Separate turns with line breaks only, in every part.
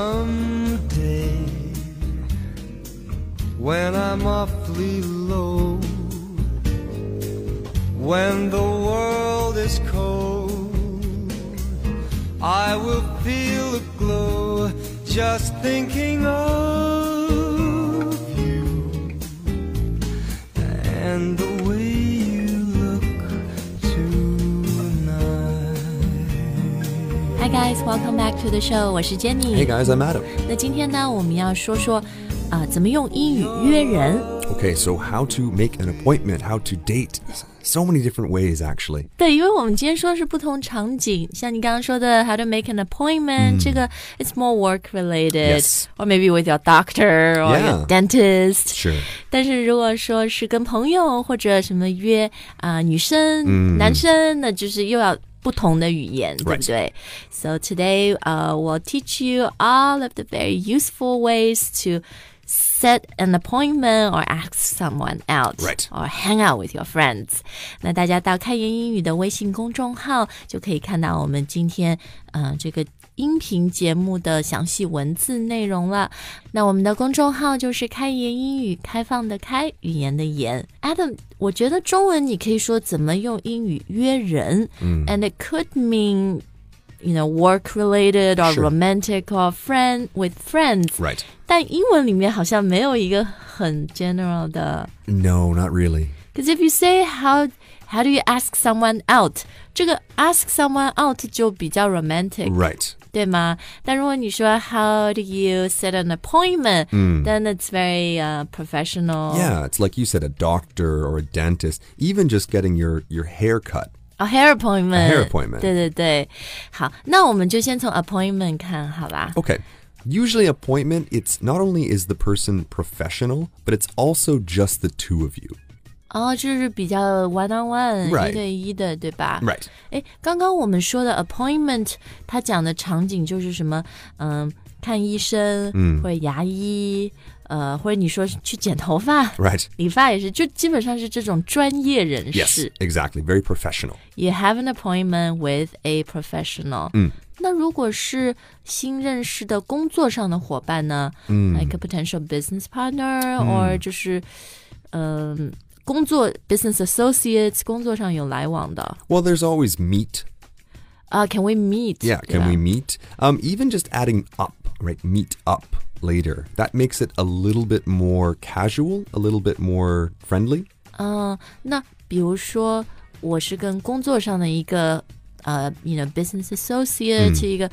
Someday, when I'm awfully low, when the world is cold, I will feel a glow just thinking of you and the way you look tonight.
Hi guys, welcome back to the show，我是 Jenny。
Hey guys, I'm Adam.
那今天呢，我们要说说啊、怎么用英语约人。
Okay, so how to make an appointment, how to date. So many different ways, actually.
对，因为我们今天说的是不同场景，像你刚刚说的 how to make an appointment，、这个 it's more work related，or
Yes.
maybe with your doctor or your
Yeah.
dentist。
Sure.
但是如果说是跟朋友或者什么约啊、女生、男生，那就是又要不同的语言，对不
Right.
对？So today, uh, we'll teach you all of the very useful ways to set an appointment or ask someone out,
Right.
or hang out with your friends. 那大家到开言英语的微信公众号就可以看到我们今天呃这个音频节目的详细文字内容了。那我们的公众号就是开言英语，开放的开，语言的言。Adam，我觉得中文你可以说怎么用英语约人、a
嗯
n d it could mean。You know, work related or
Sure.
romantic or friend with friends，、
Right.
但英文里面好像没有一个很 general 的
No, not really.
Because if you say how how do you ask someone out，这个 ask someone out 就比较 romantic，、
Right.
对吗？但如果你说 how do you set an appointment，then it's very uh, professional。
Yeah, it's like you said, a doctor or a dentist, even just getting your, your hair cut.
A hair appointment。
A hair appointment
对对对，好，那我们就先从 appointment 看好吧。
Okay. Usually appointment, it's not only is the person professional, but it's also just the two of you.
哦，就是比较 one on one，、
Right
一对一的，对吧
Right.
哎，刚刚我们说的 appointment，它讲的场景就是什么？嗯，看医生，嗯，或者牙医，呃，或者你说去剪头发、
Right.
理发也是，就基本上是这种专业人
Yes.
士。
Exactly. Very professional.
You have an appointment with a professional。嗯，那如果是新认识的工作上的伙伴呢？嗯，like a potential business partner、or 就是，嗯、工作 business associates 工作上有来往的
Well, there's always meet
啊、c a n we meet？
Yeah,
对
can
吧
we meet? Um, even just adding up, right? Meet up later. That makes it a little bit more casual, a little bit more friendly.
嗯，那比如说，我是跟工作上的一个呃，you know business associate、一个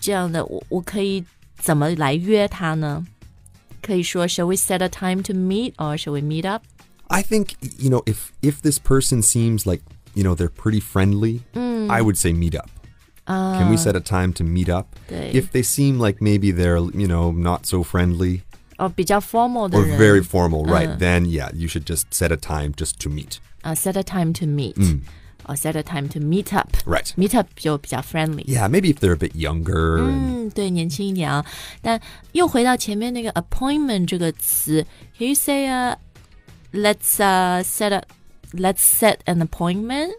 这样的，我我可以怎么来约他呢？可以说，Shall we set a time to meet or shall we meet up？
I think y- you know if if this person seems like you know they're pretty friendly, I would say meet up. Can we set a time to meet up?
对
If they seem like maybe they're you know not so friendly
哦，比较 formal 的
or
人
very formal, right? Then yeah, you should just set a time just to meet.
啊、s e t a time to meet，or set a time to meet up。
Right.
Meet up 就比较 friendly。
Yeah, maybe if they're a bit younger. And,
嗯，对，年轻一点啊。但又回到前面那个 appointment 这个词，Can you say a let's uh set a let's set an appointment？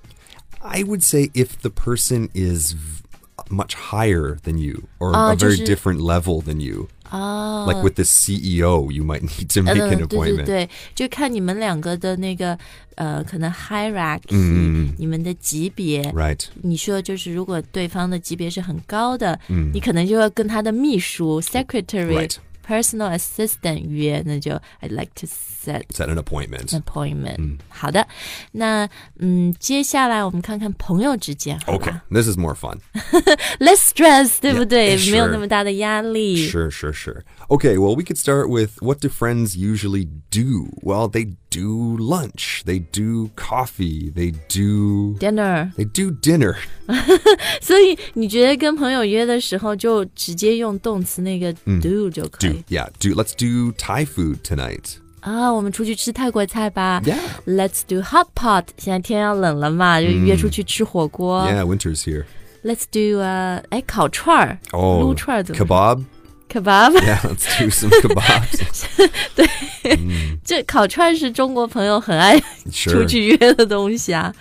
I would say if the person is v- much higher than you or
Uh,
a very
就是-
different level than you,
啊，
like with the CEO, you might need to make
嗯，
an
对对
appointment.
对，就看你们两个的那个呃，可能 hierarchy，、你们的级别。
嗯 Right.
你说就是，如果对方的级别是很高的，你可能就要跟他的秘书 secretary、
嗯 Right.
personal assistant 约，那就 I'd like to set
Set an appointment.
appointment。好
嗯
的，那嗯，接下来我们看看朋友之间好吧
Okay. This is more fun.
less stress，对不对
Yeah,
没有
sure.
那么大的压力。
Sure, sure, sure. Okay, well, we could start with what do friends usually do? Well, they do lunch, they do coffee, they do.
Dinner，
They do dinner.
所以你觉得跟朋友约的时候，就直接用动词那个 do 就可以
嗯 Do. Yeah, do. Let's do Thai food tonight.
啊。我们出去吃泰国菜吧
Yeah.
Let's do hot pot。现在天要冷了嘛，就约出去吃火锅。
嗯 Yeah, winter's here.
Let's do 呃，哎，烤串儿，
Oh,
撸串儿怎么
kebab.
kebab？
Yeah, let's do some kebabs.
这烤串是中国朋友很爱出
Sure.
去约的东西啊。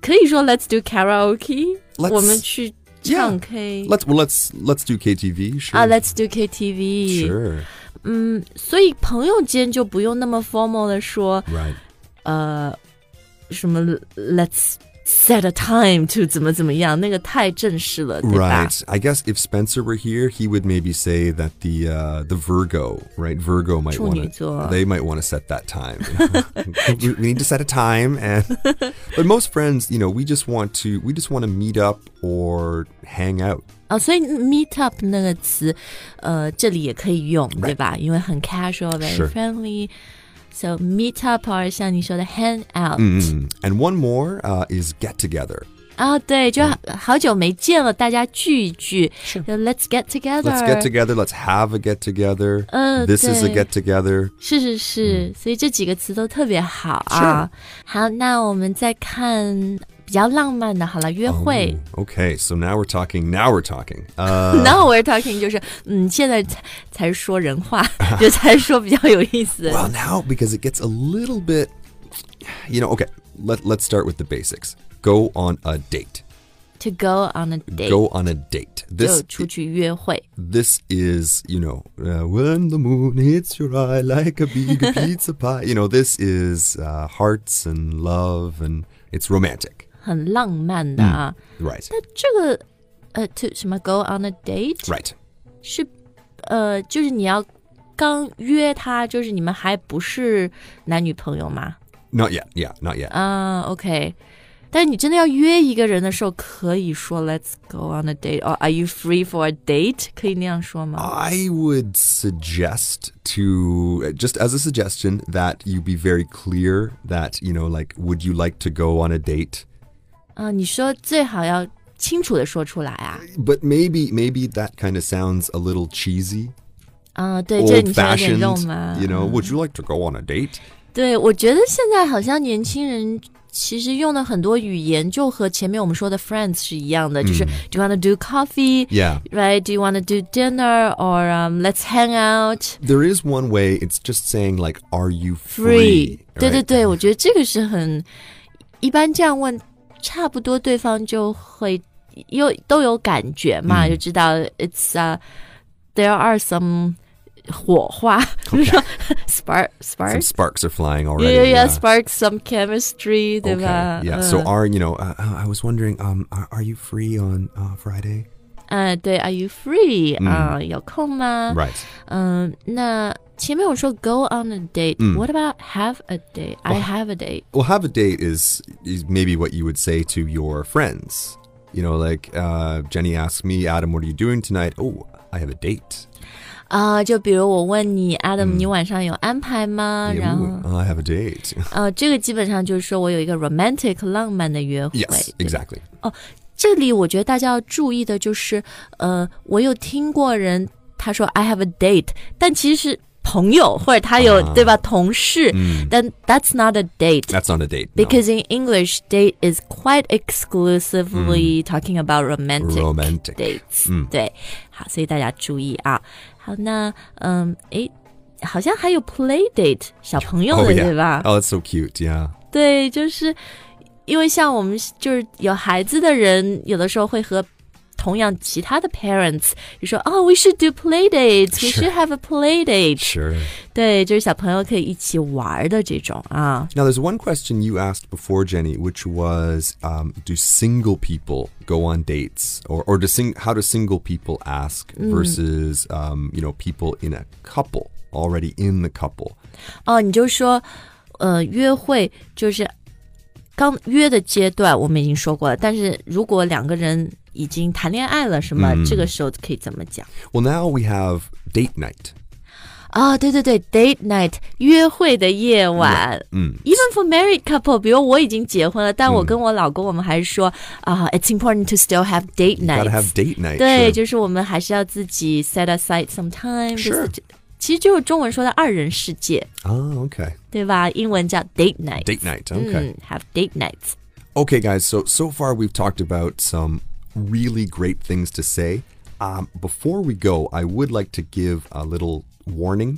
可以说 Let's do karaoke，
Let's-
我们去唱 K
Let's well, let's let's do KTV. Sure.
啊，Let's Ah, do KTV。
Sure.
嗯，所以朋友间就不用那么 formal 的说，
Right.
呃，什么 Let's set a time to 怎么怎么样，那个太正式了，对吧
Right. I guess if Spencer were here, he would maybe say that the uh, the Virgo, right? Virgo might want to
处女座。
they might want to set that time. we, we need to set a time, and but most friends, you know, we just want to we just want to meet up or hang out.
啊，所以 meet up 那个词，呃，这里也可以用，对吧？因为很 casual，very
Sure.
friendly。So meet up or 像你说的 hang out，
Mm. And one more uh, is get together.
啊，对，就好好久没见了，大家聚一聚。就 Let's get together。
Let's get together. Let's have a get together.
Uh,
this is a
对。
get together.
是是
嗯
是，所以这几个词都特别好啊。好，那我们再看比较浪漫的，好了，约会。
Okay, so now we're talking. Now we're talking. Uh,
Now we're talking，就是嗯，现在才才说人 话，就才说比较有意思。
Well, now because it gets a little bit, you know. Okay, let let's start with the basics. Go on a date.
to go on a date，
Go on a date.
就
This
出去约会。
this is you know uh, when the moon hits your eye like a big pizza pie. You know this is uh, hearts and love and it's romantic.
很浪漫的啊，
Right.
那这个呃，to 什么 go on a date
Right.
是呃，就是你要刚约他，就是你们还不是男女朋友吗？
Not yet. Yeah. Not yet.
啊、o k 但你真的要约一个人的时候，可以说 Let's go on a date，or Are you free for a date？可以那样说吗？
I would suggest to just as a suggestion that you be very clear that you know like would you like to go on a date
啊、你说最好要清楚的说出来啊。
but maybe maybe that kind of sounds a little cheesy
啊、对，就是你
old
说有点
fashioned
肉麻。
you know would you like to go on a date
对，我觉得现在好像年轻人其实用的很多语言就和前面我们说的 friends 是一样的，就是
嗯
Do you want to do coffee?
yeah
Right? Do you want to do dinner? Or um, let's hang out?
there is one way it's just saying like are you
Free?
free,
对对
right?
对，我觉得这个是很一般这样问，差不多对方就会有都有感觉嘛，就知道 it's uh, there are some 火花，就是说 spark
some
spark
sparks are flying
yeah
already uh,
yeah yeah spark some chemistry 对
Okay,
吧？
yeah so
嗯
are you know uh, uh, i was wondering um are, are you free on uh, friday
嗯，uh, 对，Are you free？啊、有空吗？
Mm. right
嗯，那前面我说 go on a date，what、about
嗯
have a date？I have a date。
Well, have a date is is maybe what you would say to your friends. You know, like uh, Jenny asked me, Adam, what are you doing tonight? Oh, I have a date.
啊、就比如我问你，Adam，、你
嗯
晚上有安排吗？
Yeah,
然
ooh,
后，
Oh, I have a date.
呃，这个基本上就是说我有一个 romantic 浪漫的约会。哦
yes, exactly.
这里我觉得大家要注意的就是，呃，我有听过人他说 I have a date，但其实是朋友或者他有、
啊嗯
对吧同事，但 that's not a date。
That's not a date. no.
Because in English, date is quite exclusively talking about romantic,
Mm. romantic. Mm.
dates、对，好，所以大家注意啊。好，那嗯，诶，好像还有 play date 小朋友
Oh
的、对
yeah.
吧
Oh, that's so cute. Yeah.
对，就是因为像我们就是有孩子的人，有的时候会和。同样，其他的 parents 就说：“哦、w e should do play dates，we
Sure.
should have a play date。
Sure.
对，就是小朋友可以一起玩的这种啊。
Now, there's one question you asked before, Jenny, which was, um, do single people go on dates, or or do sing how do single people ask versus, um, you know, people in a couple already in the couple.
哦，你就说，呃，约会就是刚约的阶段，我们已经说过了。但是如果两个人已经谈恋爱了，什么、
嗯
这个时候可以怎么讲
Well, now we have date night.
啊、对对对，date night，约会的夜晚。嗯，even for married couple，比如我已经结婚了，但
嗯
我跟我老公，我们还是说啊、i t s important to still have date
You
nights。
gotta have date night.
对，
sure.
就是我们还是要自己 set aside some time，就是
Sure.
这其实就是中文说的二人世界，
Oh, okay.
对吧？英文叫 date night。
Date night. Okay.
嗯，have date nights。
Okay, guys. So so far we've talked about some really great things to say. Um, before we go, I would like to give a little warning.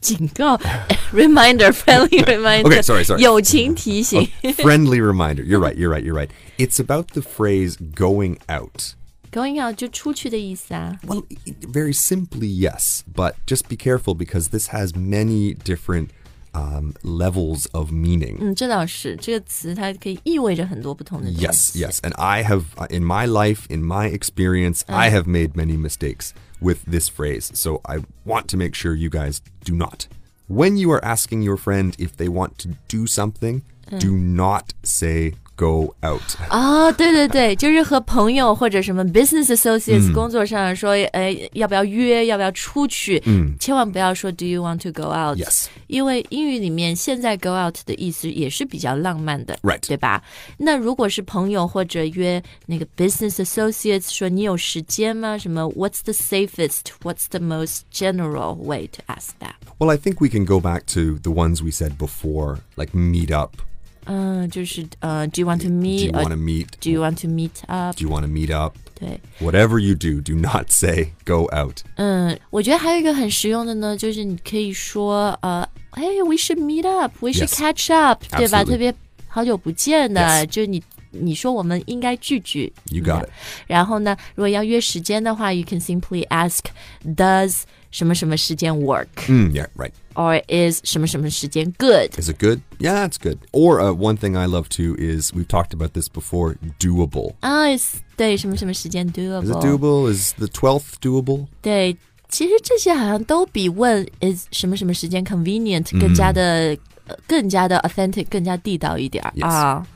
警告 ，reminder friendly reminder。
Okay, sorry, sorry.
友情提醒
friendly reminder. You're right. You're right. You're right. It's about the phrase going out.
Going out 就出去的意思啊。
Well, i- very simply, yes. But just be careful because this has many different um, levels of meaning.
嗯，这倒是这个词，它可以意味着很多不同的东
Yes,
西。
yes. And I have, uh, in my life, in my experience,
Mm.
I have made many mistakes with this phrase. So I want to make sure you guys do not. When you are asking your friend if they want to do something,
Mm.
do not say go out.
哦，对对对，就是和朋友或者什么 business associates
嗯
工作上说，哎，要不要约，要不要出去？嗯，千万不要说 Do you want to go out？、
Yes
因为英语里面现在 go out 的意思也是比较浪漫的
Right
对吧？那如果是朋友或者约那个 business associates 说你有时间吗？什么 What's the safest？What's the most general way to ask that？
Well, I think we can go back to the ones we said before, like meet up.
嗯，就是呃、d o you want to
Do
meet？
you want to meet?
Do you want to meet up？
Do you want to meet up?
对。
Whatever you do, do not say go out.
嗯，我觉得还有一个很实用的呢，就是你可以说，呃，哎，we should meet up，we should
Yes.
catch up，对吧？
Absolutely.
特别好久不见的
Yes.
就你你说我们应该聚聚。
You got
嗯然后呢，如果要约时间的话，you can simply ask does 什么什么时间 work、
Mm, yeah, right.
or is 什么什么时间 good？
Is it good? Yeah, it's good. Or uh, one thing I love too is we've talked about this before. Doable.
啊、i s 对什么什么时间
Is it doable? Is the twelfth doable?
对，其实这些好像都比问 is 什么什么时间 convenient 更加的、呃更加的 authentic，更加地道一点儿
Yes.
啊。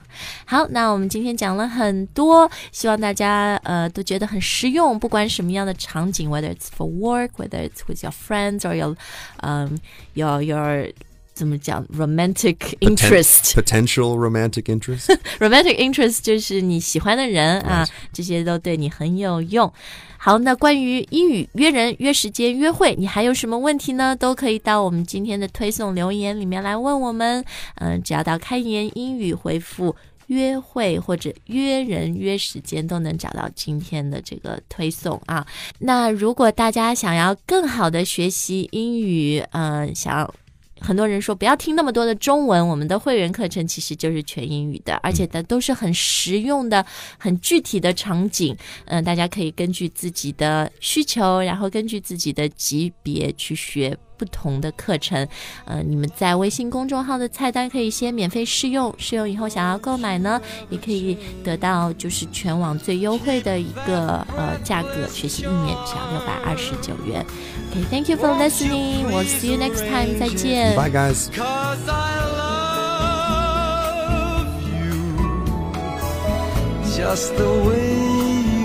好，那我们今天讲了很多，希望大家呃都觉得很实用，不管什么样的场景，whether it's for work，whether it's with your friends or your 嗯、your your 怎么讲 romantic
Poten-
interest。
potential romantic interest.
romantic interest 就是你喜欢的人啊，这些都对你很有用。好，那关于英语约人、约时间、约会，你还有什么问题呢？都可以到我们今天的推送留言里面来问我们。嗯、只要到开言英语回复。约会或者约人、约时间都能找到今天的这个推送啊。那如果大家想要更好的学习英语，嗯、想要很多人说不要听那么多的中文，我们的会员课程其实就是全英语的，而且它都是很实用的、很具体的场景。嗯、大家可以根据自己的需求，然后根据自己的级别去学。不同的课程，呃，你们在微信公众号的菜单可以先免费试用，试用以后想要购买呢，也可以得到就是全网最优惠的一个呃价格，学习一年只要六百二十九元。OK，Thank、you for listening. We'll see you next time. 再见。
Bye, guys.
Cause I love you just the way you